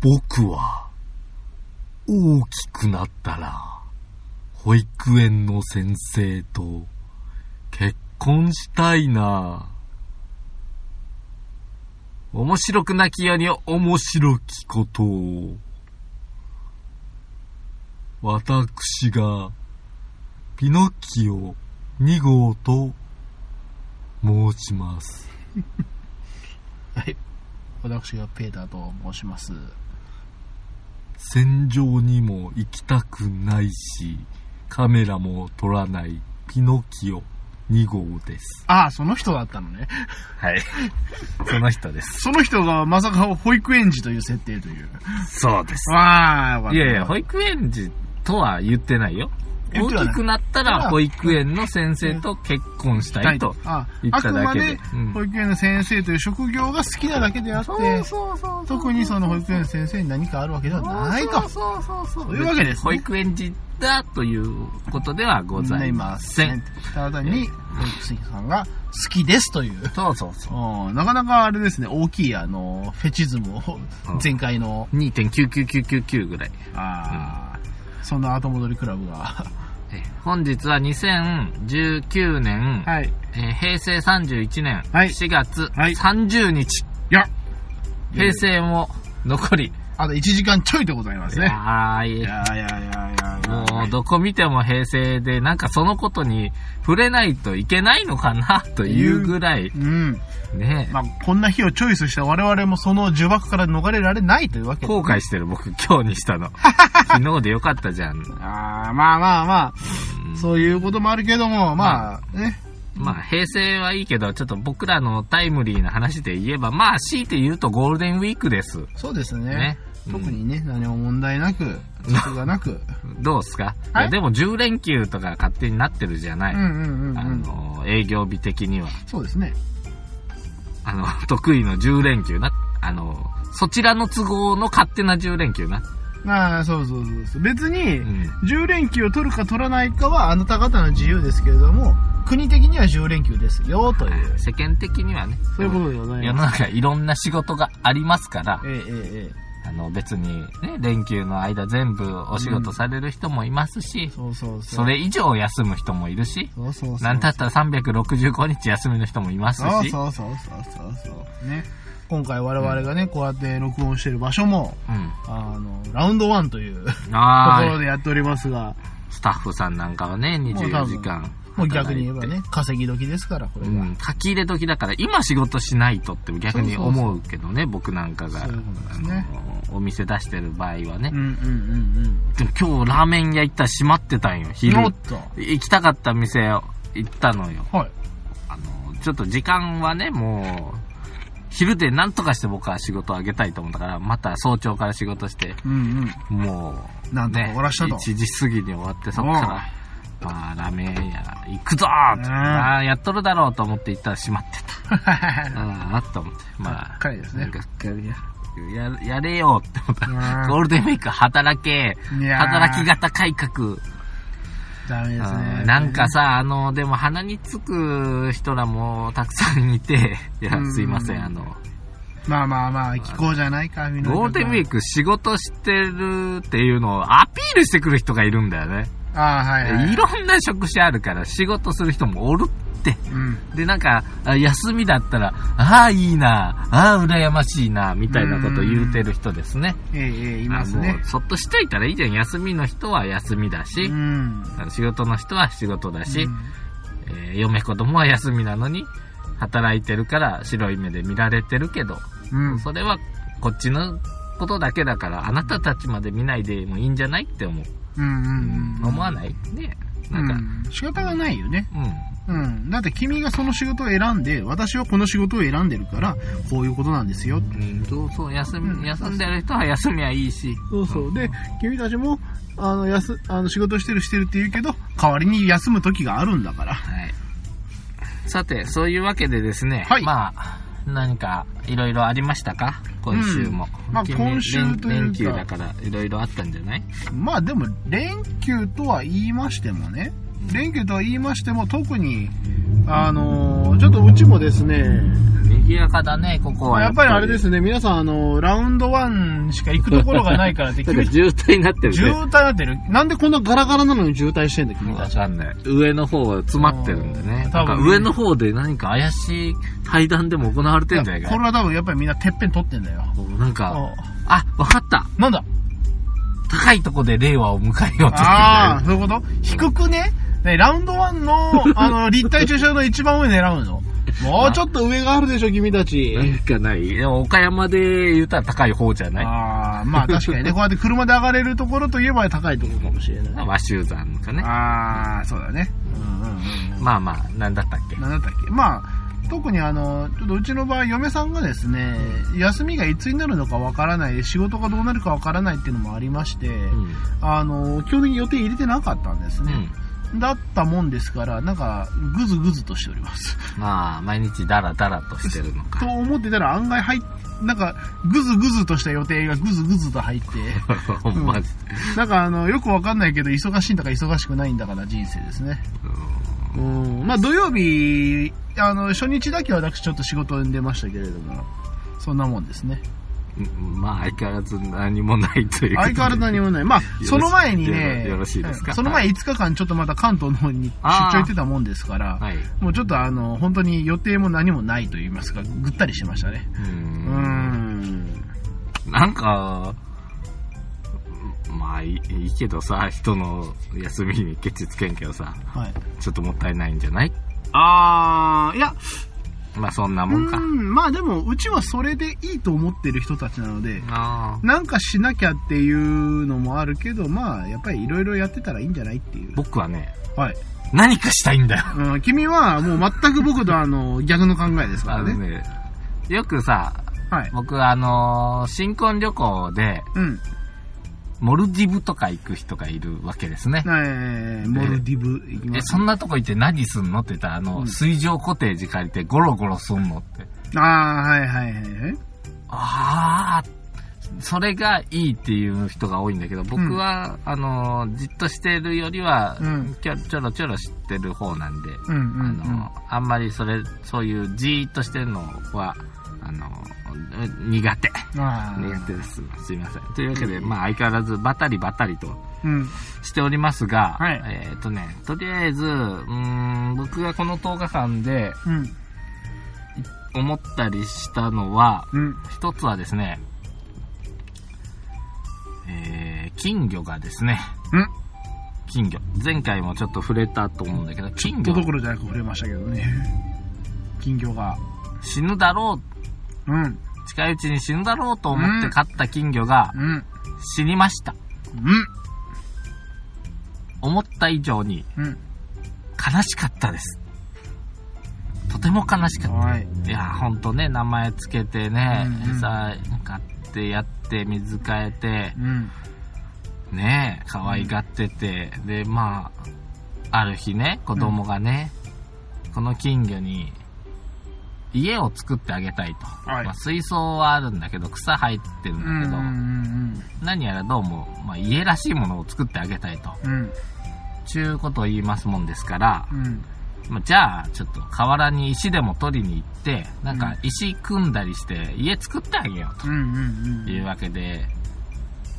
僕は、大きくなったら、保育園の先生と結婚したいな。面白くなきように面白きことを。私が、ピノキオ2号と申します。はい。私がペーターと申します。戦場にも行きたくないし、カメラも撮らないピノキオ2号です。ああ、その人だったのね。 はい。 その人です。その人がまさか保育園児という設定という。そうです。わあ、よかった。いやいや、保育園児とは言ってないよ。言大ってはないきくなったら保育園の先生と結婚したいと。あ言っあたくだまけででうん保育園の先生という職業が好きなだけであって、そうそう特にその保育園の先生に何かあるわけではないと。そうそうそう。そういうわけですね保育園児だということではございません。。ただ単に保育士さんが好きですという。そうそうそう。うんなかなかあれですね、大きいあの、フェチズムうをん、前回の、 2.99999ぐらい。あーそんな後戻りクラブが。え本日は2019年、はい。えー平成31年はい4月はい30日、いや、平成も残り。あと1時間ちょいでございますね。はい。いやいやいやいやいや。もうどこ見ても平成で、なんかそのことに触れないといけないのかなというぐらい、うん。ね、まあ、こんな日をチョイスした我々もその呪縛から逃れられないというわけで。後悔してる僕今日に したの。昨日でよかったじゃん。ああ、まあまあまあ、そういうこともあるけども、まあ、ね。まあ平成はいいけど、ちょっと僕らのタイムリーな話で言えば、まあ強いて言うとゴールデンウィークです。そうですね。ね特にね、何も問題なく、事故がなく。どうっすか、はいいやでも10連休とか勝手になってるじゃない。うんうんうんうあん。の、営業日的には。そうですね。あの、 得意の10連休な。あの、そちらの都合の勝手な10連休な。まあ、そうそうそうそう。別に、ん10連休を取るか取らないかはあなた方の自由ですけれども、国的には10連休ですよ、という。世間的にはね。そういうことでござい世のます。中いろんな仕事がありますからえ、ええええあの別にね、連休の間全部お仕事される人もいますしえ。、そうそうそそう。れ以上休む人もいるし、そうそうそう。なんだったら365日休みの人もいますそうし、そうそうそうそうそう。ね。今回我々がね、こうやって録音してる場所も、うん。あの、ラウンド1というところああ、でやっておりますが、スタッフさんなんかはね、もう24多分時間。もう逆に言えば。ね、稼ぎ時ですから、これうが。ん、書き入れ時だから今仕事しないとって逆に思うけどね、僕なんかがそういうことですね。あのお店出してる場合はねうん。うんうんでも今日ラーメン屋行ったら閉まってたんよ、うん。昼。おっと。行きたかった店行ったのよ。はい。あの、ちょっと時間はね、もう、昼で何とかして僕は仕事をあげたいと思ったから、また早朝から仕事して、うんうん。もう、なんとかね終わらしたと1時過ぎに終わって、そっから、まあ、ラーメン屋行くぞーって、うんああ、やっとるだろうと思って行ったら閉まってた。ああ、と思って。まがあっ、かりですねなんかやややれよって思った。うんゴールデンウィーク働け、いやー働き方改革。ダメですねう。んなんかさ、あの、でも鼻につく人らもたくさんいて、いやう、んすいません、あの、まあまあまあ、気候じゃないか、みんな。ゴールデンウィーク仕事してるっていうのをアピールしてくる人がいるんだよね。ああ、はい、はい。いろんな職種あるから仕事する人もおるって。うん。で、なんか、あ休みだったら、ああ、いいな、ああ、羨ましいな、みたいなこと言うてる人ですね。ええええいあますもねう。そっとしといたらいいじゃん。休みの人は休みだし、ん。あの仕事の人は仕事だし、うんえー嫁子供は休みなのに、働いてるから白い目で見られてるけど、うん。それはこっちのことだけだから、あなたたちまで見ないでもいいんじゃないって思う。うんうんうん。思わないね。なんか、うん仕方がないよね。うん。うん。だって君がその仕事を選んで、私はこの仕事を選んでるから、こういうことなんですよ。うん、そうそう、休うんみ、休んでる人は休みはいいし。そうそう。で、君たちも、あの、やす、あの、仕事してるしてるって言うけど、代わりに休む時があるんだから。はい。さて、そういうわけでですね、はいまあ、何かいろいろありましたか今週も。うんまあ君今週というか連連休だからいろいろあったんじゃないまあでも、連休とは言いましてもね、連休とは言いましても、特に、あのーちょっとうちもですね、賑賑やかだね、ここは。やっぱりあれですね、皆さん、あの、ラウンド1しか行くところが ないからって、なんか君渋滞になってる渋ね。滞になってる。なんでこんなガラガラなのに渋滞してんだ、君たわち。かんない。上の方は詰まってるんでねう。んな多ん分か上の方で何か怪しい対談でも行われてんじゃないこれか。は多分やっぱりみんなてっぺん取ってんだよ。なんか、あ、わかった。なんだ高いとこで令和を迎えようとしてるんああだー、そういうこと低くねね、ラウンド1の、 あの、立体駐車場の一番上狙うの。もうちょっと上があるでしょ、君たちよ。。なんかない。でも岡山で言うたら高い方じゃない。ああ、まあ確か にね、こうやって車で上がれるところといえば高いところかもしれない。和州山かね。ああ、そうだね。うんうんうん。まあまあ、なんだったっけ。なんだったっけまあ、特にあの、ちょっとうちの場合、嫁さんがですね、休みがいつになるのかわからない、仕事がどうなるかわからないっていうのもありまして、うん。あの、基本的に予定入れてなかったんですうね。ん。だったもんですから、なんか、ぐずぐずとしてお ります。まあ、毎日ダラダラとしてるのか と。思ってたら案外入っなんか、ぐずぐずとした予定がぐずぐずと入って、ほんま、なんかあの、よくわかんないけど、忙しいんだか忙しくないんだかな人生ですね。うん。まあ土曜日、あの、初日だけ私ちょっと仕事に出ましたけれども、そんなもんですね。うんまあ相変わらず何もないということ相で変わらず何もない。まあ、その前にね、よろしいですかうんその前5日間ちょっとまた関東の方に出あー張行ってたもんですから、はい。もうちょっとあの、本当に予定も何もないと言いますか、ぐったりしてましたね。うー。うんん。なんか、まあいいいいけどさ、人の休みにケチつけんけどさ、はい。ちょっともったいないんじゃないあー、いや、まあそんなうもんか。ん、まあでも、うちはそれでいいと思ってる人たちなので、ああなんかしなきゃっていうのもあるけど、まあ、やっぱりいろいろやってたらいいんじゃないっていう。僕はね、はい。何かしたいんだよ。うん、君はもう全く僕とあの、逆の考えですかあらのね。ね、よくさ、はい。僕あのー新婚旅行で、うん。モルディブとか行く人がいるわけですね。えー、モルディブ行きえ、ますそ。んなとこ行って何すんのって言ったら、あの、うん水上コテージ借りてゴロゴロすんのって。あー、はいはいはいはい。ああ、それがいいっていう人が多いんだけど、僕は、あの、じっとしてるよりは、うんちょちょろちょろ知ってる方なんで、うんうん、うん。あの、あんまりそれ、そういうじーっとしてるのは、あの、苦手。あー苦手です。すいません。というわけで、まあ相変わらずバタリバタリとうん。しておりますが、はいえっ、とね、とりあえず、うーん、僕がこの10日間でうん。思ったりしたのは、うん。一つはですね、えー、金魚がですね、うん金魚。前回もちょっと触れたと思うんだけど、金と魚どころじゃなく触れましたけどね。 金魚が。死ぬだろう、うん。近いうちに死ぬだろうと思ってうん飼った金魚がうん。死にました。思った以上にうん。うん。悲しかったです。とても悲しかった。はい。いやー、ほんとね、名前つけてね、うんうん餌買ってやって、水替えてう、ん。ねえ、可愛がってて、で、まあ、ある日ね、子供がね、この金魚に、家を作ってあげたいと。はいまあ、水槽はあるんだけど、草入ってるんうだん。けど、うん。何やらどうも、まあ、家らしいものを作ってあげたいと。うん。ちゅうことを言いますもんですから、うん。まあ、じゃあ、ちょっと河原に石でも取りに行って、なんか石組んだりして、家作ってあげようと。うんうんというわけで、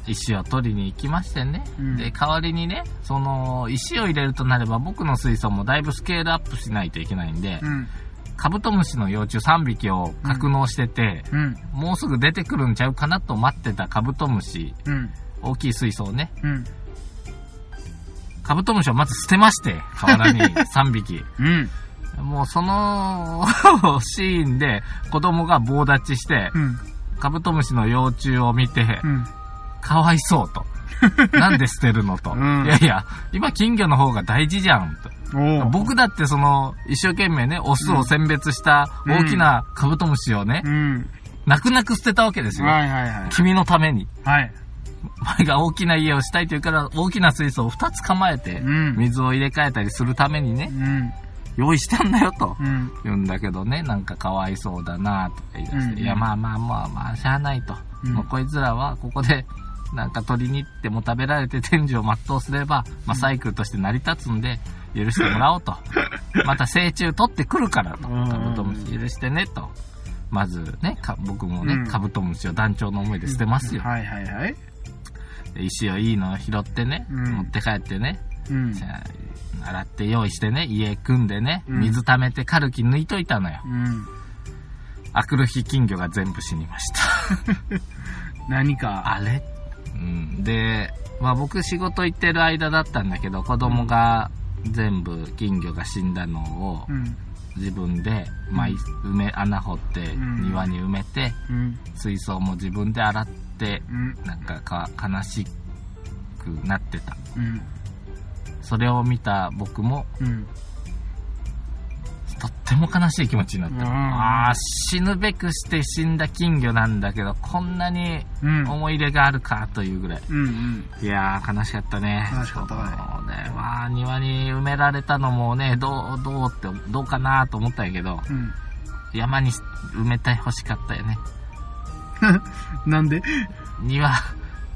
石を取りに行きましてね。うんで、代わりにね、その、石を入れるとなれば僕の水槽もだいぶスケールアップしないといけないんで、うんカブトムシの幼虫3匹を格納してて、うんもうすぐ出てくるんちゃうかなと待ってたカブトムシ、うん大きい水槽をね、うんカブトムシをまず捨てまして、河原に 3匹。うんもうその シーンで子供が棒立ちして、うんカブトムシの幼虫を見て、うんかわいそう と。なんで捨てるのと。うんいやいや、今金魚の方が大事じゃんと。おう僕だってその、一生懸命ね、オスを選別したう大んきなカブトムシをねう、ん泣く泣く捨てたわけですよ。はいはいはい君のために。はい前が大きな家をしたいというから、大きな水槽を2つ構えてう、ん水を入れ替えたりするためにねう、ん用意したんだよと。うん言うんだけどね、なんかかわいそうだなとか言い出して、うんいや、まあまあまあまあ、しゃあないと。うんもうこいつらはここで、 なんか取りに行っても食べられて天寿を全うすれば、まあサイクルとして成り立つんで、許 してもらおうと。また成虫取ってくるからと。うんカブトムシ許してねと。まずね、か僕もね、うんカブトムシを団長の思いで捨てますよ。はいはいはい。で石をいいのを拾ってね、うん持って帰ってね、うんじ。ゃあ洗って用意してね、家組んでね、うん水溜めてカルキ抜いといたのよ。うん。あくる日金魚が全部死にました。何か。あれうん。で、まあ僕仕事行ってる間だったんだけど、子供が全部金魚が死んだのをうん。自分で、まあ、い埋め、穴掘ってん庭に埋めて、うん。水槽も自分で洗って、うん。なんかか悲しくなってた。うん。それを見た僕も、うん。とっても悲しい気持ちになってる。うんああ、死ぬべくして死んだ金魚なんだけど、こんなにうん。思い入れがあるかというぐらい。うん。うん。いやー、悲しかったね。悲しかったねそうね。まあ、庭に埋められたのもね、どう、どうって、どうかなと思ったんやけど、うん。山に埋めて欲しかったよね。なんで庭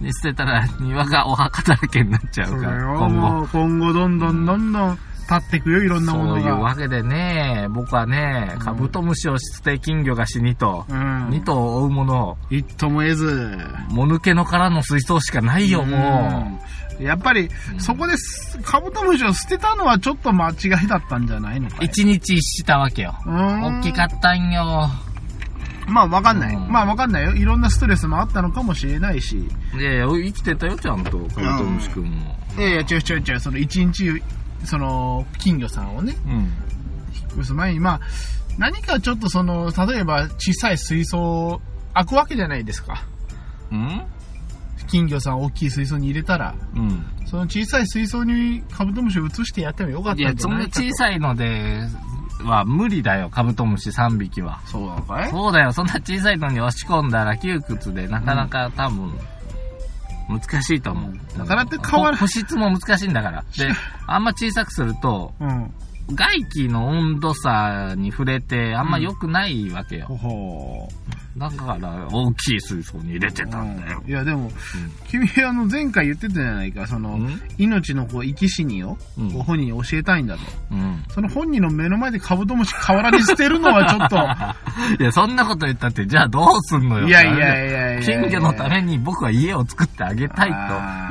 に捨てたら庭がお墓だらけになっちゃうそかうだら、よ。今も後。う今後どんどんどんどん立ってくよ、いろんなもそうのいうが。わけでね、僕はねうん、カブトムシを捨て金魚が死にと、うん。二頭を追うもの、一とも得ず。もぬけの殻の水槽しかないよ、もうんやっぱり、うんそこです、カブトムシを捨てたのはちょっと間違いだったんじゃないのかう。い一日したわけよ。うーん大きかったんよ。まあわかんない。うんまあわかんないよ。いろんなストレスもあったのかもしれないし。いやいや、生きてたよ、ちゃんと、カブトムシ君も。いやいや、違う違う違う。その一日、その、金魚さんをね、うん。引っ越す前に、まあ、何かちょっとその、例えば小さい水槽、開くわけじゃないですか。うん金魚さんを大きい水槽に入れたら、うん。その小さい水槽にカブトムシを移してやってもよかっいたやん、じゃそんなないかと。小さいのでは無理だよ、カブトムシ3匹は。そうなのかいそうだよ、そんな小さいのに押し込んだら窮屈で、なかなか多分、難しいと思う。だからって変わらほ保湿も難しいんだから。で、あんま小さくすると、うん。外気の温度差に触れて、あんま良くないわけよ。ほほだから、大きい水槽に入れてーたんだよう。んいや、でも、君、あの、前回言ってたじゃないか、その、うん命のこう生き死にを、うんご本人に教えたいんだと。うん。その本人の目の前でカブトムシ河原に捨てるのはちょっと、 いや、そんなこと言ったって、じゃあどうす んのよ。いやいやいやいや。金魚のために僕は家を作ってあげたいと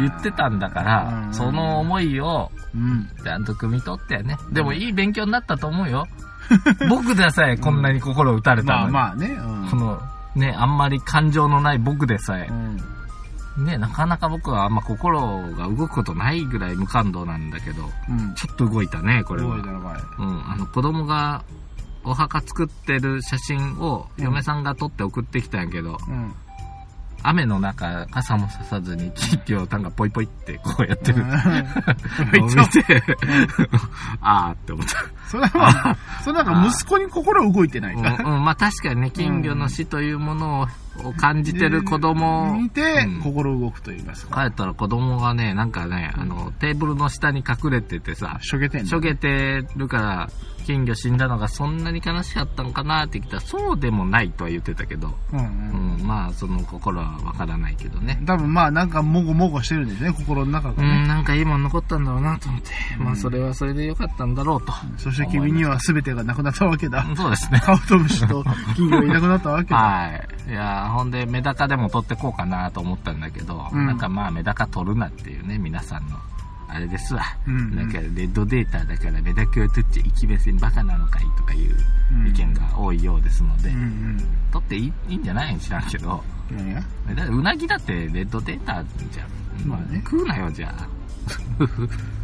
言ってたんだかあーら、その思いをうん。ちゃんと汲み取ってね。でもいい勉強になったと思うよ。 僕でさえこんなに心打たれたまのあに。まあね。うこん。の、ね、あんまり感情のない僕でさえう、んね、なかなか僕はあんま心が動くことないぐらい無感動なんだけど、うん。ちょっと動いたね、これ動。はいたのかい。うん、あの子供がお墓作ってる写真を嫁さんが撮って送ってきたんやけど、 うん。 雨の中、傘もささずに、金魚をなんかポイポイってこうやってるのをうん 見一応、て、 あーって思った。それはまあ、それはなんか息子に心動いてないから。うん、うんまあ確かにね、金魚の死というものをを感じてる子供を、見てうん、心動くと言います帰か。ったら子供がね、なんかね、あの、テーブルの下に隠れててさ、しょげてんのしょげてるから、金魚死んだのがそんなに悲しかったんかなってきたら、そうでもないとは言ってたけど、うんう。うんん、まあその心はわからないけどね。多分まあなんかもごもごしてるんですね、心の中うがね。ん、なんかいいもん残ったんだろうなと思って、まうあんそれはそれでよかったんだろうと。そして君には全てがなくなったわけだ。 そうですね。カブトムシと金魚がいなくなったわけ だ。はい。いやーほんで、メダカでも取ってこうかなと思ったんだけど、うんなんかまあ、メダカ取るなっていうね、皆さんの、あれですわ。うんうんだから、レッドデータだから、メダカを取っちゃいけません、バカなのかいとかいう意見が多いようですので、うんうん。取っていいいいんじゃない知らんけど、何やメダうなぎだってレッドデータじゃん。まあね食うなよ、じゃあ。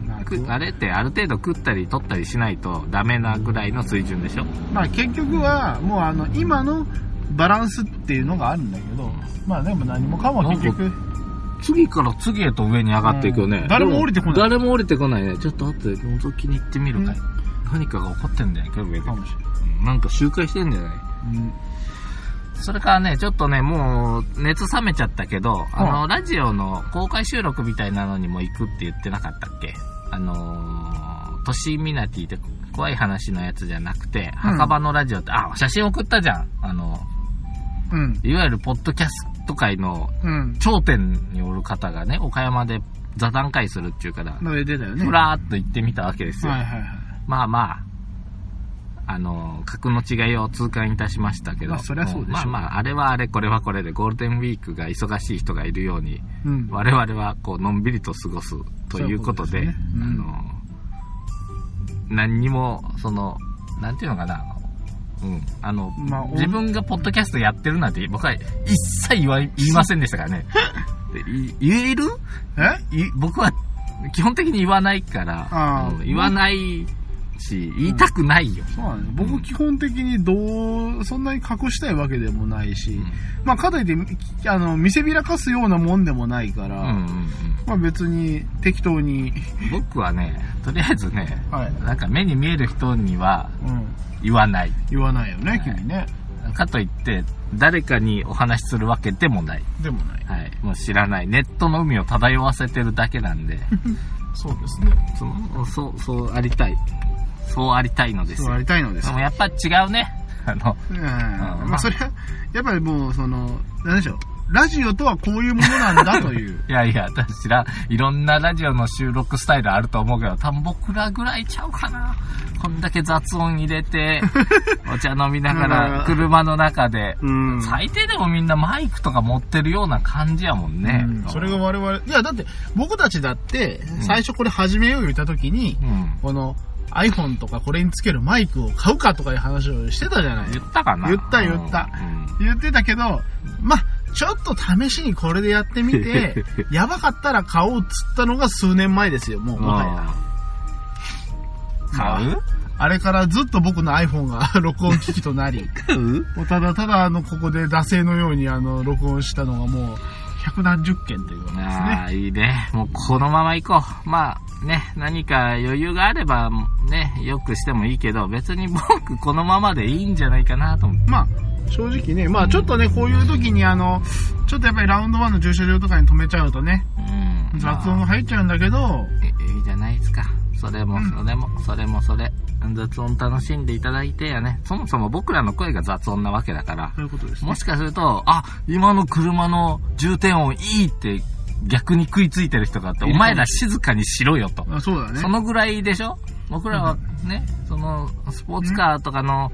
まあこ食うあれってある程度食ったり取ったりしないとダメなぐらいの水準でしょまあ結局はもうあの今のバランスっていうのがあるんだけど、まあでも何もかも結局、次から次へと上に上がっていくよね、うん誰も降りてこないで誰も降りてこないねちょっと後で覗きに行ってみるかい、何かが起こってんだよ上でかもしれない。うんなんか周回してんじゃないうんそれからねちょっとねもう熱冷めちゃったけど、あのラジオの公開収録みたいなのにも行くって言ってなかったっけあのー、都市ミナティで怖い話のやつじゃなくて、墓場のラジオってあ写真送ったじゃんあのうん。いわゆるポッドキャスト界のうん。頂点におる方がね、岡山で座談会するっていうから、ので出たよね。ふらーっと行ってみたわけですよ。はいはいはい。まあまあ、あの、格の違いを痛感いたしましたけど、まあそりゃそうでしょもまうあまあ、あれはあれ、これはこれで、ゴールデンウィークが忙しい人がいるように、うん。我々はこう、のんびりと過ごすということそうで、いうことですねうんあの、何にも、その、なんていうのかな、うん、あの、まあ自分がポッドキャストやってるなんて、僕は一切言わ言いませんでしたから ね。でい言えるえい僕は基本的に言わないから、あーうん言わないし、言いたくないよ。そうなんです僕基本的にどう、そんなに隠したいわけでもないし、んまあかといって、きあの、見せびらかすようなもんでもないかうんら、うんうんまあ別に適当に、僕はね、とりあえずね、はいなんか目に見える人にはうん、言わない。言わないよね、はい君ね。かといって、誰かにお話しするわけでもない。でもない。はい。もう知らない。ネットの海を漂わせてるだけなん で、そうですね。そのそう、そうありたい。そうありたいのですそうあよ。りたいのですでよもやっぱ違うね。あの、うんんまあそれは、やっぱりもう、その、なんでしょう。ラジオとはこういうものなんだという。いやいや、私ら、いろんなラジオの収録スタイルあると思うけど、田んぼくらぐらいちゃうかな。こんだけ雑音入れて、 お茶飲みながうらん、車の中で、 うん最低でもみんなマイクとか持ってるような感じやもんね。うんそれが我々、いやだって僕たちだって、最初これ始めよう言った時に、うん。この iPhone とかこれにつけるマイクを買うかとかいう話をしてたじゃない言ったかな言った言ったうん言ってたけど、まあ、ちょっと試しにこれでやってみ て、やばかったら買おうっつったのが数年前ですよ、もうもはや。買うあれからずっと僕の iPhone が 録音機器となり、買うもうただただあの、ここで惰性のようにあの、録音したのがもう、百何十件というわけですあね。あ、いいね。もうこのまま行こう。まあね、何か余裕があればね、よくしてもいいけど、別に僕このままでいいんじゃないかなと思って。まあ、正直ね、まあちょっとね、こういう時にあの、ちょっとやっぱりラウンド1の駐車場とかに止めちゃうとね、うん。雑音が入っちゃうんだけど、えいいじゃないですか。それもうん、それも、それも、それ。雑音楽しんでいただいてやね。そもそも僕らの声が雑音なわけだからと。いうことですねも。しかすると、あ、今の車の重点音いいって逆に食いついてる人があって、いおるかもしれない前ら静かにしろよと。あそうだね。そのぐらいでしょ僕らはね、その、スポーツカーとかの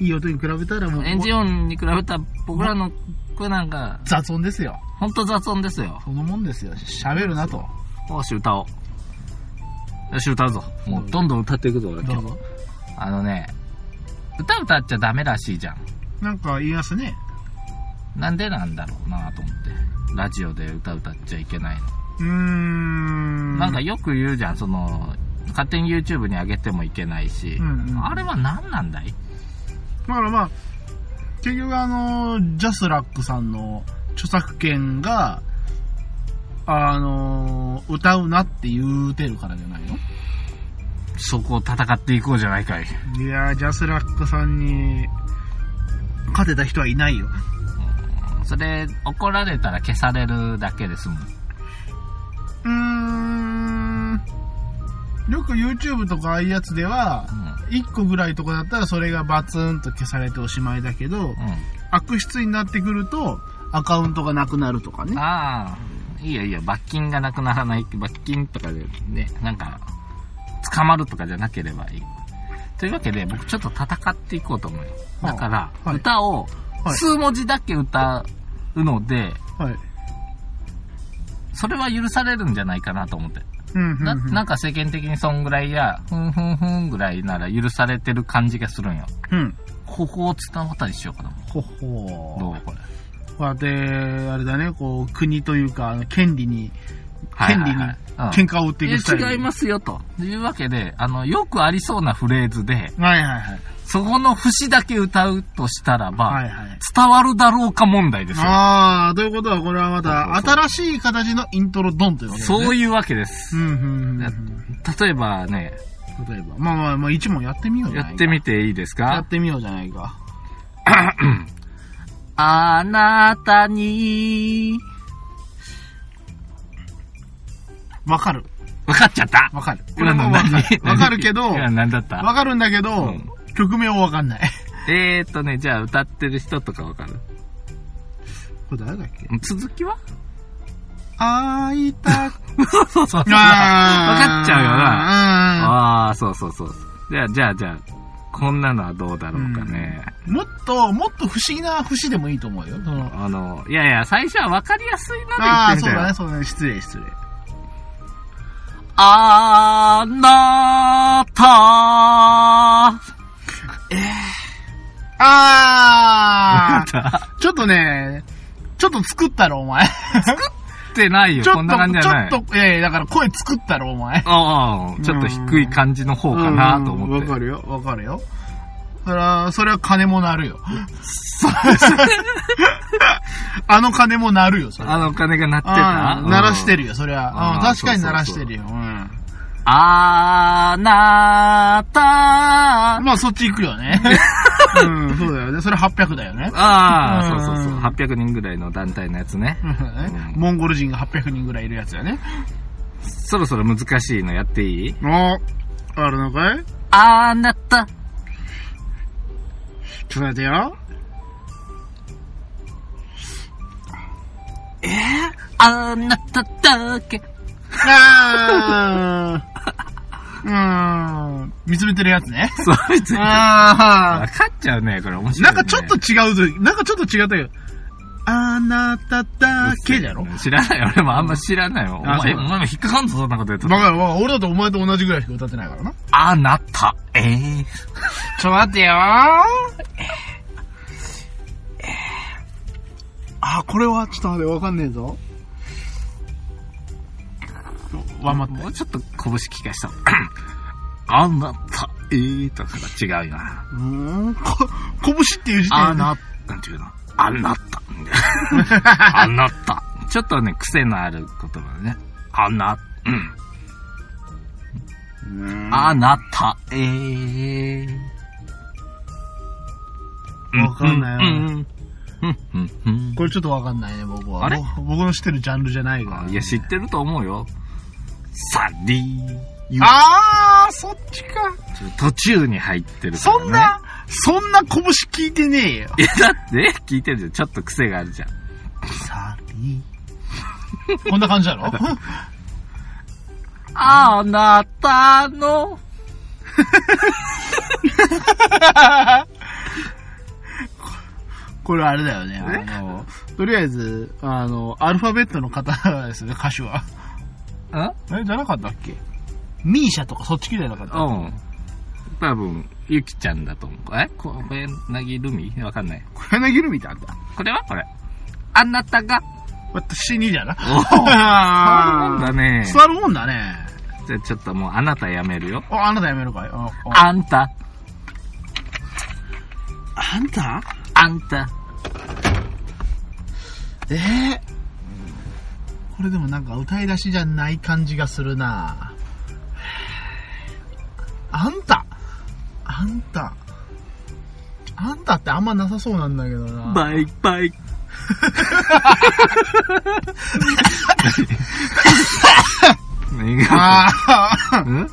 いい音に比べたらもう、エンジン音に比べたら僕らの声なんか、雑音ですよ。ほんと雑音ですよ。そのもんですよ。喋るなと。よし、歌おう。よし、歌うぞ。もう、どんどん歌っていくぞ、俺今日。ぞ。あのね、歌歌っちゃダメらしいじゃん。なんか言いますね。なんでなんだろうなと思って。ラジオで歌歌っちゃいけないの。うーん。なんか、よく言うじゃん、その、勝手に YouTube に上げてもいけないし。うんうんあれは何なんだいだからまあ、結局あの、ジャスラックさんの著作権が、あの、歌うなって言うてるからじゃないのそこを戦っていこうじゃないかい。いやー、ジャスラックさんに、勝てた人はいないよ。それ、怒られたら消されるだけですもん。うーん。よく YouTube とかああいうやつでは、1個ぐらいとかだったらそれがバツンと消されておしまいだけど、うん。悪質になってくると、アカウントがなくなるとかね。ああ、いいよいいよ、罰金がなくならない、罰金とかでね、なんか、捕まるとかじゃなければいい。というわけで、僕ちょっと戦っていこうと思うよ。はあだから、はい歌をはい数文字だけ歌うので、はい。それは許されるんじゃないかなと思って。うん、うん。なうんなんか世間的にそんぐらいや、ふんふんふんぐらいなら許されてる感じがするんよ。うん。ここを伝わったりしようかな。ほほどうこれ。こうやって、あれだね、こう、国というか、あの権利に、はい権はい利にはい喧嘩を売っていくスタイうんル。いや違いますよ、というわけで、あの、よくありそうなフレーズで、はいはいはい。そこの節だけ歌うとしたらば、はいはい。伝わるだろうか問題ですよ。あー、ということは、これはまた、新しい形のイントロドンというわけですね。そういうわけです。うんうんうんうん。例えばね、例えば。まあまあまあ、一問やってみようじゃやないっか。てみていいですやかってみようじゃないか。あなたに、わかる。わかっちゃったわかる。今のわか何る。わかるけど、今わ何だったかるんだけど、うん曲名はわかんない。えーっとね、じゃあ歌ってる人とかわかるこれ誰だっけ続きは会 いたくそうそうそう。わかっちゃうよな。な。ああ、そうそうそう。じゃあ、じゃあ、じゃあ、こんなのはどうだろうかね。もっと、もっと不思議な節でもいいと思うよ。そのあの、いやいや、最初は分かりやすいあなあ、で言ってみたよそうだね、。そうだね、失礼、失礼。あなたあーー ちょっとね、ちょっと作ったろ、お前。ってないよ、ちょこんっと、な感じじゃない。ちょっと、いやいや、だから声作ったろ、お前。ああ、ちょっと低い感じの方かなと思ってうんわ。かるよ、わかるよ。それは、それは金もなるよ。 あの金もなるよ、それ。あの金が鳴ってあたー鳴らしてるよ、そりあゃ。うんー確かに鳴らしてるよ。うん。あなたまあ、そっち行くよ ね。うん、そうだよね。それ800だよね。あうあ、んそうそうそう。800人ぐらいの団体のやつね。んモンゴル人が800人ぐらいいるやつだよね。そろそろ難しいのやっていいああるのかいあなた、ちょっと待ってよ。あなただけ。あーうーん。見つめてるやつね。そう、別に。あ分かっちゃうね、これ面ー 白、ないんね。かちょっと違うぞ。なんかちょっと違ったよ。あなただけだろ。わ知らない。俺もあんま知らないよ。おあそ前、うだお前も引っかかんぞ、そんなこと言うと。かるわかる。俺だとお前と同じぐらいしか歌ってないからな。あなた、えー。ちょ、待ってよー。あ、これは、ちょっと待って、わかんねえぞ。わ、待っても。うちょっと拳利かした。 あなた、えーとかが違うよな。うーん、こ、拳っていう時あ点で。な、なんていうのあな た。あなた。ちょっとね、癖のある言葉だね。あな、うん。あなた、えー。わかんなういんうんうんうんうんこれちょっとわかんないね、僕は。あれぼ僕の知ってるジャンルじゃないから、いや、知ってると思うよ。サディー。あー、そっちか。途中に入ってるから、ね。そんな、そんな拳聞いてねえよ。いや、だって、聞いてるじゃん。ちょっと癖があるじゃん。サリー。こんな感じだろ あなたの。これあれだよね。あの、とりあえず、あの、アルファベットの方ですね、歌手は。んえ、じゃなかったっけミーシャとかそっち嫌いなかった。うん。多分、ゆきちゃんだと思う。え小柳ルミわかんない。小柳ルミってあったこれはこれ。あなたが。私にじゃな。おお。 あだね。座るもんだね。じゃあちょっともう、あなたやめるよ。あ、あなたやめるかいあああんた。あんたあんた。ええこれでもなんか歌い出しじゃない感じがするなあんたあんたあんたってあんまなさそうなんだけどな。バイバイ。何がああ、ん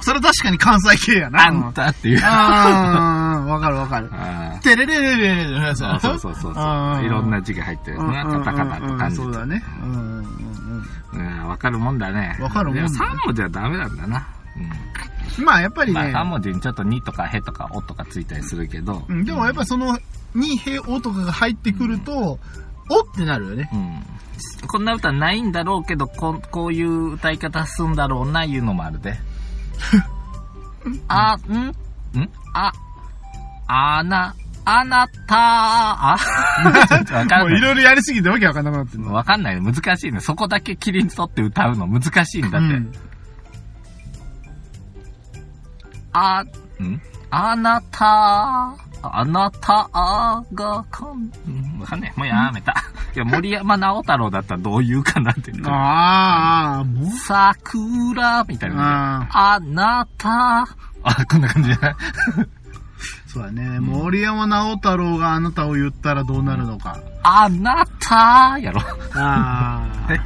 それ確かに関西系やな。あんたっていう。ああ、わかるわかる。あてれれれれれれれーそうそうそうそう。いろんな字が入ってるね。カタカタと感じて。そうだね。うんうんうんうん、わかるもんだね。わかるもんだだ、ねね。3文字はダメなんだな。うんまあやっぱうりん。まあね、 3文字にちょっと2とかへとかおとかついたりするけど。うんでもやっぱその、に、へ、おとかが入ってくると、おってなるよね。うん。こんな歌ないんだろうけど、こんこういう歌い方すんだろうな、いうのもあ るで。あ、んんあ、あな、あなた、あ、ちょっとわか もんういない。ろいろやりすぎてわけわかんなくなってんの。わかんない。難しいね。そこだけ切り取って歌うの難しいんだって。うんあ、んあなた、あなたがかん、んわかんない。もうや めた。いや、森山直太朗だったらどう言うかなって。ああ、もう。桜みたいなね。あなた。あ、こんな感じじゃないそうだね。森山直太朗があなたを言ったらどうなるのか。あなたやろ。あ あ。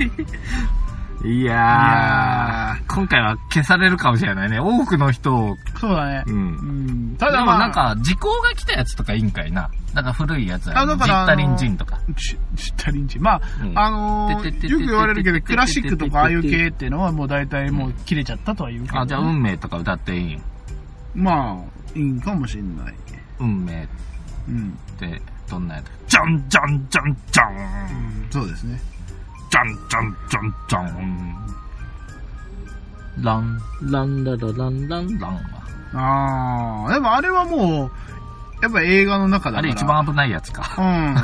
いやー今回は消されるかもしれないね。多くの人を。そうだねう。。うんん。たただだでもまあ、なん、か、時効が来たやつとかいいんかいな。なんか古いやつやあだからジッタリンジンとか。知ったりんち。まあう、んあのてってってっー、てよく言われるけど、クラシックとかああいう系っていうのはもう大体もう切れちゃったとは言うけど。あ、じゃあ運命とか歌っていいんまあ、いいかもしんない。運命っうん。て、どんなやつじゃんじゃんじゃんじゃんそうですね。じゃんじゃんじゃんじゃん。ラン、ランララランランランは。ああ、でもあれはもう、やっぱ映画の中だあかれら。一。番危ないやつか。 うん。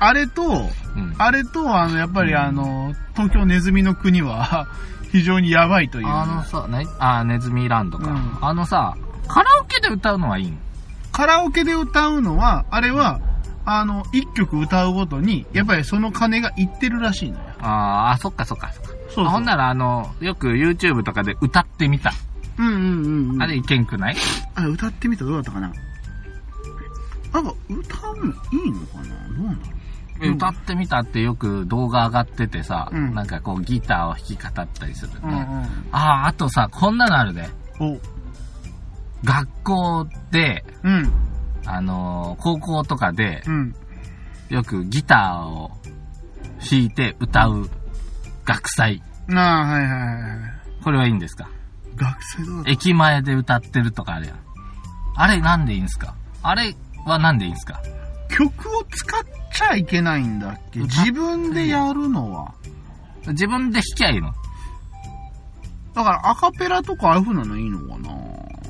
あれと、うん。あれと、あの、やっぱりあの、東京ネズミの国は 非常にやばいという。あのさ、ね、あ、ネズミランドか。うんあのさ、カラオケで歌うのはいいんカラオケで歌うのは、あれは、あの、一曲歌うごとに、やっぱりその金がいってるらしいのよ。あーあ、そっかそっかそっか。そうそうあほんなら、あの、よく YouTube とかで歌ってみた。うんうんうん、うん。あれいけんくないあれ歌ってみたらどうだったかななんか歌うのいいのかなどうなんだろうん歌ってみたってよく動画上がっててさ、うんなんかこうギターを弾き語ったりするね。う、ああー、あとさ、こんなのあるね。うんお学校で、うんあのー高校とかでう、んよくギターを弾いて歌う学祭。ああはいはいはいはいこれはいいんですか学生どうだっ駅前で歌ってるとかあるやん。あれなんでいいんすかあれはなんでいいんすかた曲を使っちゃいけないんだっけ歌っ自分でやるのは自分で弾きゃいいのだからアカペラとかああいう風なのいいのかな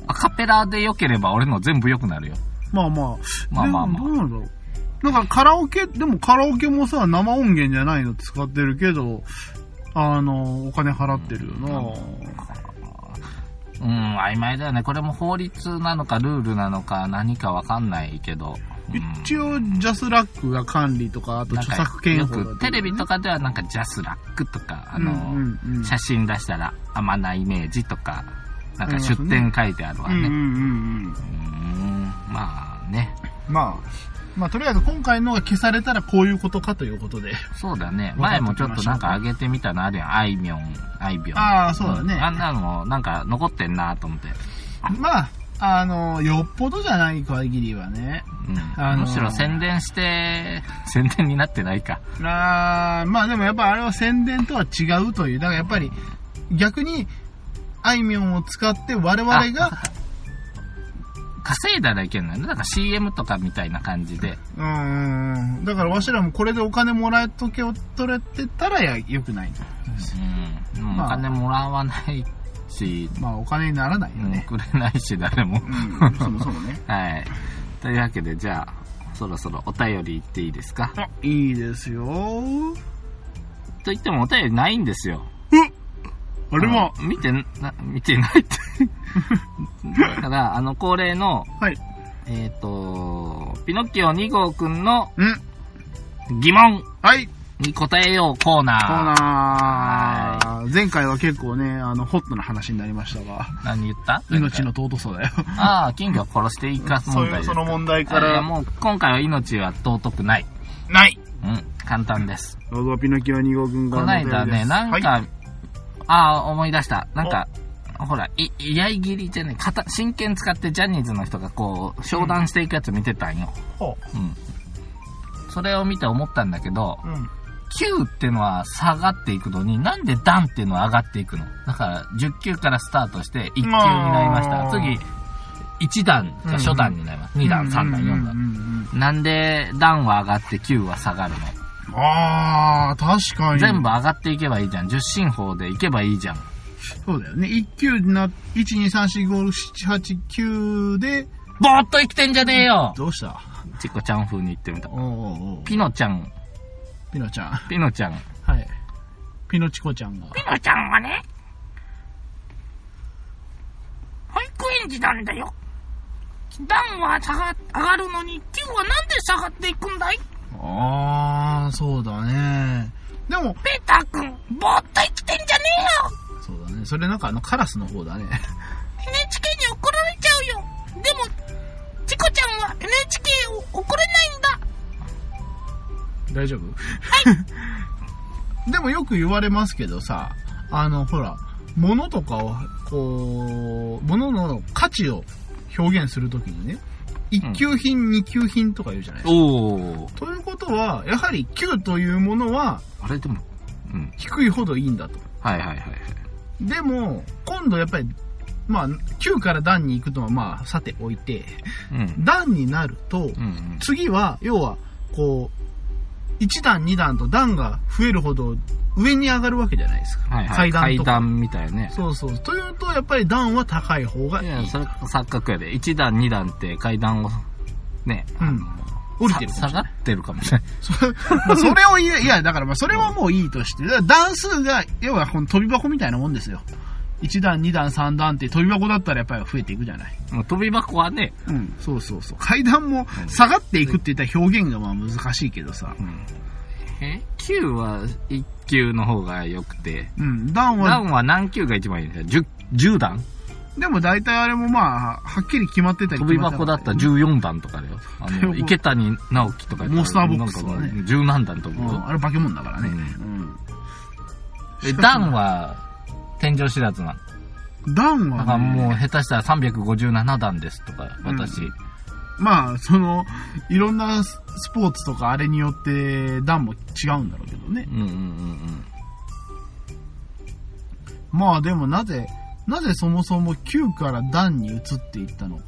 アカペラで良ければ俺の全部良くなるよ。まあまあまあまあまあでもどうなんだろうだからカラオケでもカラオケもさ生音源じゃないの使ってるけどあのお金払ってるよな、うん、曖昧だよね。これも法律なのかルールなのか何かわかんないけど。うん一応ジャスラックが管理とかあとなん著か作権よ法くテレビとかではなんかジャスラックとか、あの、うんうんうん写真出したらあまなイメージとか、なんありかます出ね典書いてあるわうんうんうね。んうーん、まあね。うんまあまあとりあえず今回のが消されたらこういうことかということ でそうだね。わかっ前てきまもしたちょっとなんか上げてみたのあるやん。あいみょん、あいみょん。ああそうだねんあんなのもなんか残ってんなと思って。まああのよっぽどじゃない限りはねうん。あのむーしろ宣伝して、 宣伝になってないか。あーまあでもやっぱあれは宣伝とは違うというだからやっぱり逆にあいみょんを使って我々が稼いだらいけんのよね。なんか CM とかみたいな感じで。うんうんうんだからわしらもこれでお金もらえとけを取れてたらやよくないうん。もうまあお金もらわないし、まあお金にならないよね、うんくれないし、誰も。うん、そもそもねはい。というわけで、じゃあ、そろそろお便り行っていいですか。 あ、いいですよ。と言ってもお便りないんですよ。あれは、うん見てな、見てない って。だから、あの、恒例の、はい。えっ、と、ピノッキオ2号くんのうん。疑問はい、コに答えようコーナー。ーナー。前回は結構ね、あの、ホットな話になりましたが、何言った命の。尊さだよ。ああ、金魚を殺していかすそ問うい題でう、すその問題かあいやら、もう今回は命は尊くない。ない。うん、簡単です。ロゴピノキオ2号軍こがないだね、なんか、はい、ああ、思い出した。なんか、ほら、い、居合切りじゃねえ、片真剣使ってジャニーズの人がこう、商談していくやつ見てたんよ。ほうん。それを見て思ったんだけどう、うん。 9ってのは下がっていくのに、なんで段っていうのは上がっていくのだから、10級からスタートして、1級になりました。あー次、1段が初段になります。2段、3段、4うん段。うんうんうんなんで、段は上がって9は下がるのあー、確かに。全部。上がっていけばいいじゃん。10進法でいけばいいじゃん。そうだよね。1級にな、1、2、3、4、5、6、7、8、9で、ぼーっと生きてんじゃねえよどうしたちっこちゃん風に言ってみたお。うおうおうピノちゃん、ピノちゃん。ピノちゃん。はい。ピノチコちゃんが。ピノちゃんはね、保育園児なんだよ。段は下が、上がるのに、9はなんで下がっていくんだいあー、そうだね。でも、ペーターくん、ぼーっと生きてんじゃねそうだね。それなんかあのカラスの方だね。えよ !NHK に怒られちゃうよでも、チコちゃんは NHK を怒れないんだ大丈夫はい。でもよく言われますけどさ、あの、ほら、物とかを、こう、物の価値を表現するときにね、1級品、2級品とか言うじゃないですか。おー。ということは、やはり級というものはあれでも、うん。低いほどいいんだと。はいはいはいはい。でも、今度やっぱりまあ、9から段に行くのはまあ、さておいて、うん。段になると、うん。次は、要は、こう、1段、2段と段が増えるほど上に上がるわけじゃないですか。はいはい。階段階とか。段みたいね。そうそう。というと、やっぱり段は高い方がいいい。や、それ錯覚やで。1段、2段って階段を、ね、うん。降りてるかさもしれない下がってるかもしれない。 まあそれを言え、いや、だからまあそれはもういいとして、だから段数が、要はこの飛び箱みたいなもんですよ。1段、2段、3段って飛び箱だったらやっぱり増えていくじゃない。 もう飛び箱はね、うん、そうそうそう。階段も下がっていくって言ったら表現がまあ難しいけどさ。え ?9 は1級の方が良くて、うん、段段は、は何級が一番いいんですか 10, 10段でも大体あれもまあ、はっきり決まってたり飛び箱だったら決14段とかだよ。あでもの、池谷直樹とかやったらモンスターボックスはねなんかもう十何段飛ぶまってなかったりうん、よ。あれ化け物だからね。うで、う段は天井知らずな。ん。段だからは、もうね、下手したら357段ですとか、私。うんまあ、その、いろんなスポーツとかあれによって段も違うんだろうけどね。うんうんうんまあでもなぜ、なぜそもそも9から段に移っていったのか。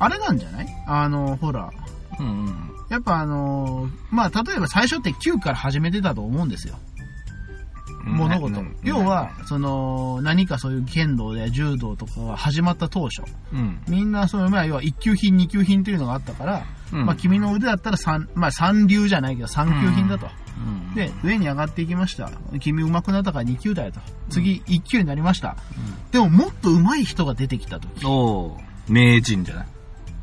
あれなんじゃないあの、ほら。うん。うんうんやっぱあの、まあ例えば最初って9から始めてたと思うんですよ。うん。物事うんうん。要は、その、何かそういう剣道や柔道とかが始まった当初。うん、みんなそういう、まあ要は1級品、2級品というのがあったから、うん。まあ君の腕だったら3、まあ3流じゃないけど3級品だと。うん、で、上に上がっていきました。君上手くなったから2級だよと。次、1級になりました。でも、もっと上手い人が出てきたと。いおー名人じゃな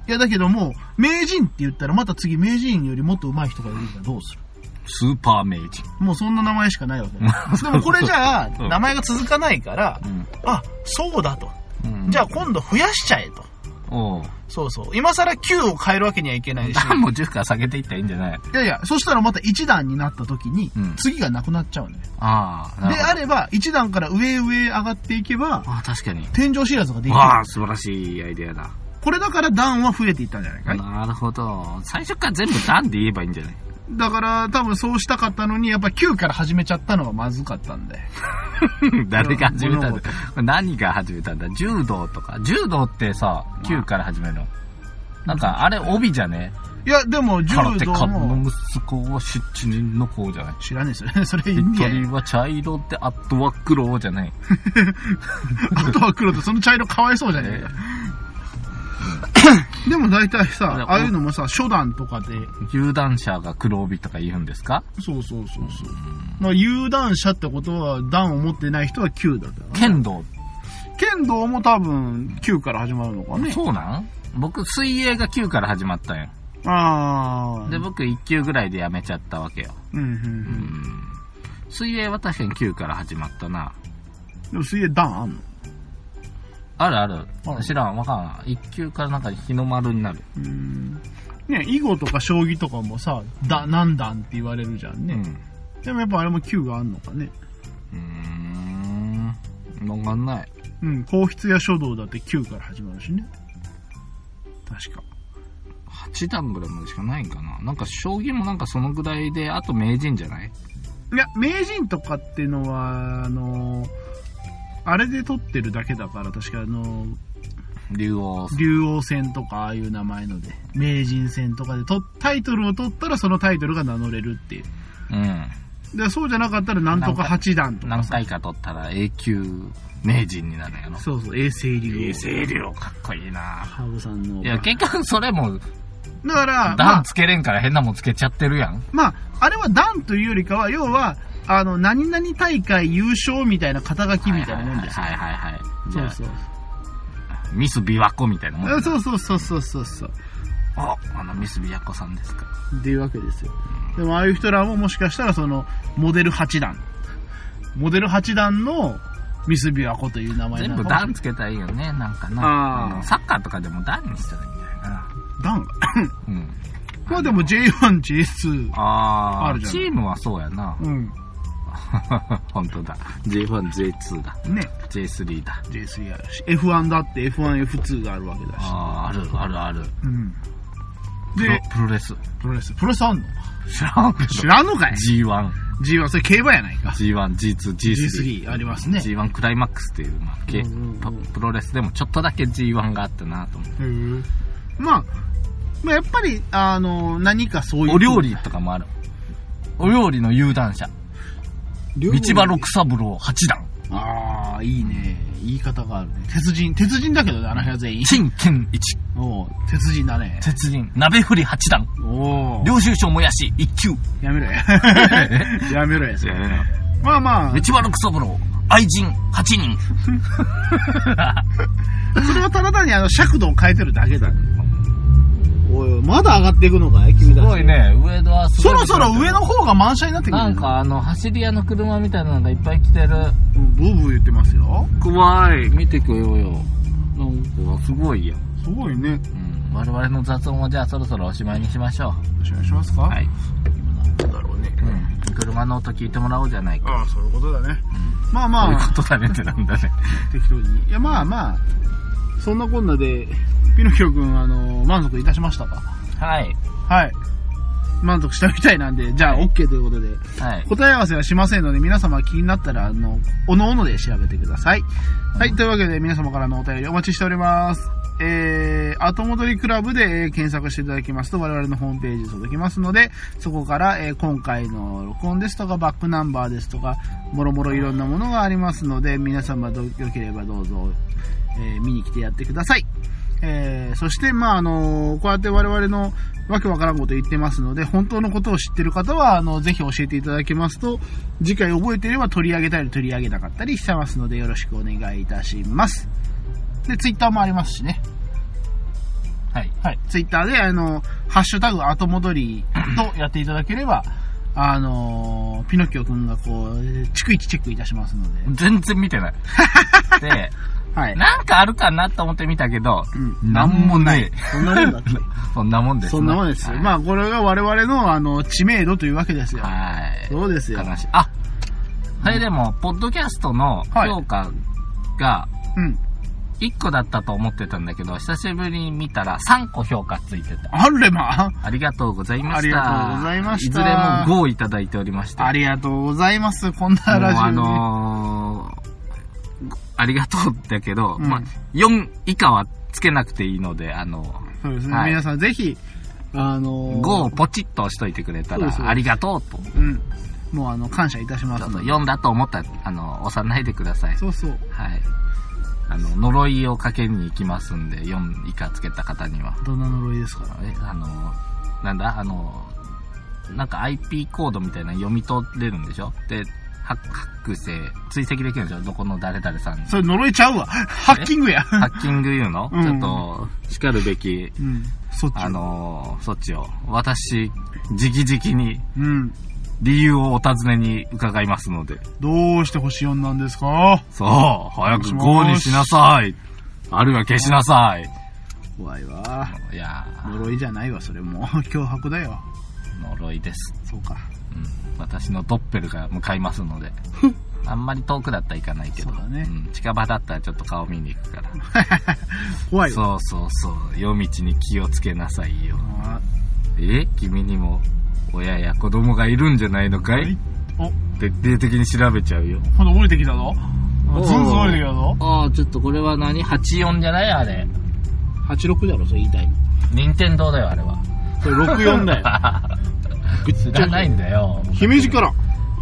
いや、だけども、名人って言ったら、また次、名人よりもっと上手い人が出てきたらどうするスーパー名人。もうそんな名前しかないわけ だ。でもこれじゃあ、うん名前が続かないから、うんあ、そうだと。うんじゃあ今度増やしちゃえと。おうそうそう。今更9を変えるわけにはいけない し。段も10から下げていったらいいんじゃないいやいや、そしたらまた1段になった時にうん、次がなくなっちゃうね。ああ、なるでほどあれば、1段から上へ上へ上がっていけば、ああ、確かに。天井知らずができる。わあ、素晴らしいアイデアだ。これだから段は増えていったんじゃないかい、なるほど。最初から全部段で言えばいいんじゃないだから多分そうしたかったのに、やっぱ9から始めちゃったのがまずかったんで。誰が始めたん物だ何が始めたんだ柔道とか。柔道ってさ、9から始めるの。なんか、あれ帯じゃねいや、でも柔空手道家のも、息子は出地人の子じゃない知らねえですよ ね。それインデ一ィアン。人は茶色で、あとは黒じゃない。あとは黒とその茶色かわいそうじゃねえか。でも大体いやさ、ああいうのもさ、初段とかで、有段者が黒帯とか言うんですかそうそうそうそう。まあ、有段者ってことは、段を持ってない人は9だから。剣道。剣道も多分9から始まるのかね。そうなん僕、水泳が9から始まったんよ。ああ。で、僕1級ぐらいでやめちゃったわけよ。うんうんう。うんん。水泳は確かに9から始まったな。でも水泳段あんのあるあある。知らん、わからん。1級からなんか日の丸になる。うんね、囲碁とか将棋とかもさ、だ、何段って言われるじゃんうね。ん。でもやっぱあれも9があんのかね。うーん。わかんない。うん、皇室や書道だって9から始まるしね。確か。 8段ぐらいまでしかないんかな。なんか将棋もなんかそのぐらいで、あと名人じゃないいや、名人とかっていうのは、あのーあれで取ってるだけだから、確かあのー竜王。竜王戦とかああいう名前ので、名人戦とかでとタイトルを取ったらそのタイトルが名乗れるっていう。うん。でそうじゃなかったらなんとか八段とか何さ。回か取ったら永久名人になるんやろ。そうそう、永世竜王。竜王かっこいいな羽生さんの。いや、結局それも、だから、まあ段、つけれんから変なもんつけちゃってるやん。まあ、あれは段というよりかは、要は、あの、何々大会優勝みたいな肩書きみたいなもんですよはい。はいはいはい。じそゃうそう。あ、ミス琵琶湖みたいなもんだあそうそうそうそうそうそう。あ、あのミス琵琶湖さんですか。っていうわけですよ。でも、ああいう人らももしかしたら、その、モデル八段。モデル八段のミスビワコという名前全な部のか段つけたらいいよね、なんかあーな。あのサッカーとかでも段にしたらいいんじゃないかな。段が。うん。まあでも J1、J2。あああるじゃんチームはそうやな。 うん。本当だ。J1、J2 だ。ね。 J3 だ。 J3 あるし。F1 だって F1、F2 があるわけだし。ああ、あるあるある。うん。プロで、プロレス。プロレス。プロレスあんの知らんけど知らんのかい G1。 G1、それ競馬やないか。 G1、G2、G3。 G3 ありますね G1 クライマックスっていう、まあけうんうんうんププロレスでもちょっとだけ G1 があったなと思って。まあ、まあ、やっぱり、あの、何かそういう。お料理とかもある。お料理の有段者。料道理場六三郎八段。ああ、いいね。言い方があるね。鉄人、鉄人だけどね、あの部屋全員。金剣一。おう鉄人だね。鉄人。鍋振り八段。おお。領収書もやし一級。や めろや。やめろや、それまあまあ、道場六三郎。愛人八 人。それはただ単にあの尺度を変えてるだけだね。おい、まだ上がっていくのかい君すごい。ね、上田はすそごいろそろ上の方が満車になってくるなんかあの、走り屋の車みたいなのがいっぱい来てる。うんブーブー言ってますよ。怖い。見てこようよ。なんか、すごいよ。すごいね。うん。我々の雑音はじゃあそろそろおしまいにしましょお願いしますかう。はい。。なんだろうね。うん。車の音聞いてもらおうじゃないか。ああ、そういうことだね。まあそういまうこあ、とだねってなんだね。適当に。いや、まあまあ、そんなこんなで、ピノキオ君、あの、満足いたしましたかはい。はい。満足したみたいなんで、じゃあ、はい OK ということで、はい。答え合わせはしませんので、皆様気になったら、あの、おのおので調べてください。はい、というわけで皆様からのお便りお待ちしております。えー、後戻りクラブで、えー検索していただきますと我々のホームページに届きますので、そこから、えー今回の録音ですとか、バックナンバーですとか、もろもろいろんなものがありますので、皆様どよければどうぞ、えー見に来てやってください。えーそして、まあ、あのこうやって我々のわけわからんこと言ってますので、本当のことを知ってる方は、あの、ぜひ教えていただけますと、次回覚えていれば取り上げたり取り上げなかったりしてますので、よろしくお願いいたします。で、ツイッターもありますしね。はい。はい。ツイッターで、あの、ハッシュタグ後戻りとやっていただければ、あのピノキオくんがこう、逐一チェックいたしますので。全然見て ない。で、はい。なんかあるかなと思って見たけど、うんなんもね そんなもんだって。え。そんなもんですねそんなもんですよ。まあ、これが我々の、あの、知名度というわけですよ。はい。そうですよ。悲しい。あ、それでも、ポッドキャストのはい評価がうん。 1個だったと思ってたんだけど、久しぶりに見たら3個評価ついてた。あれまありがとうございました。ありがとうございましたいずれも5をいただいておりまして。ありがとうございます。こんなラジもうあオに。のーありがとうだけど、うんまあ、4以下はつけなくていいので、あのそうですね。はい皆さんぜひ、あのー5をポチッと押しといてくれたそうですそうですら、ありがとうと。うん。もう、あの、感謝いたしまちょすっとので。 4だと思ったら、あの、押さないでください。そうそう。はい。あの、呪いをかけに行きますんで、4以下つけた方には。どんな呪いですから。え、あの、なんだあの、なんか IP コードみたいなの読み取れるんでしょで、ハッハックして追跡できるんでしょどこの誰々さんに。それ呪いちゃうわ。ハッキング や。ハッキング言うの、うんちょっと、しかるべき、うん。そっち。あの措置を、私、直々にうん。理由をお尋ねに伺いますので。どうして星4なんですかそう、早く5にしなさい。あるいは消しなさい。怖いわ。いや呪いじゃないわ、それも。 脅迫だよ。ー、呪いです。そうか。うん、私のドッペルが向かいます ので。あんまり遠くだったら行かないけど、そうだねん近場だったらちょっと顔見に行くから。怖いわ。そうそうそう、夜道に気をつけなさいよ。あえ君にも、親や子供がいるんじゃないのかいお、徹底的に調べちゃうよ。ほら降りてきたぞ。おーずんずん降りてきたぞ。ああ、ちょっとこれは何 ?84 じゃないあれ。 86だろ、それ言いたいの。任天堂だよ、あれは。それ64だよ。 知らないんだよ。姫路から。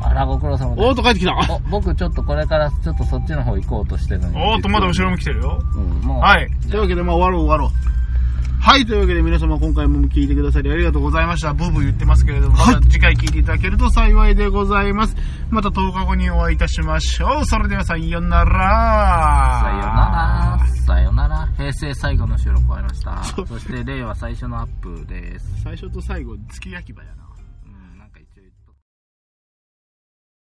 あら、ご苦労様おでーっと帰ってきた。す。お、僕ちょっとこれからちょっとそっちの方行こうとしてるのに。おーっとまだ後ろ向き。きてるよ。うん、もう。はい。というわけで、まあ、終わろう、終わろう。はい。というわけで、皆様、今回も聞いてくださりありがとうございました。ブーブー言ってますけれども、また次回聞いていただけると幸いでございます。また10日後にお会いいたしましょう。それでは、さよなら。さよなら。さよなら。平成最後の収録終わりました。そして令和最初のアップです。最初と最後、月焼き場やな。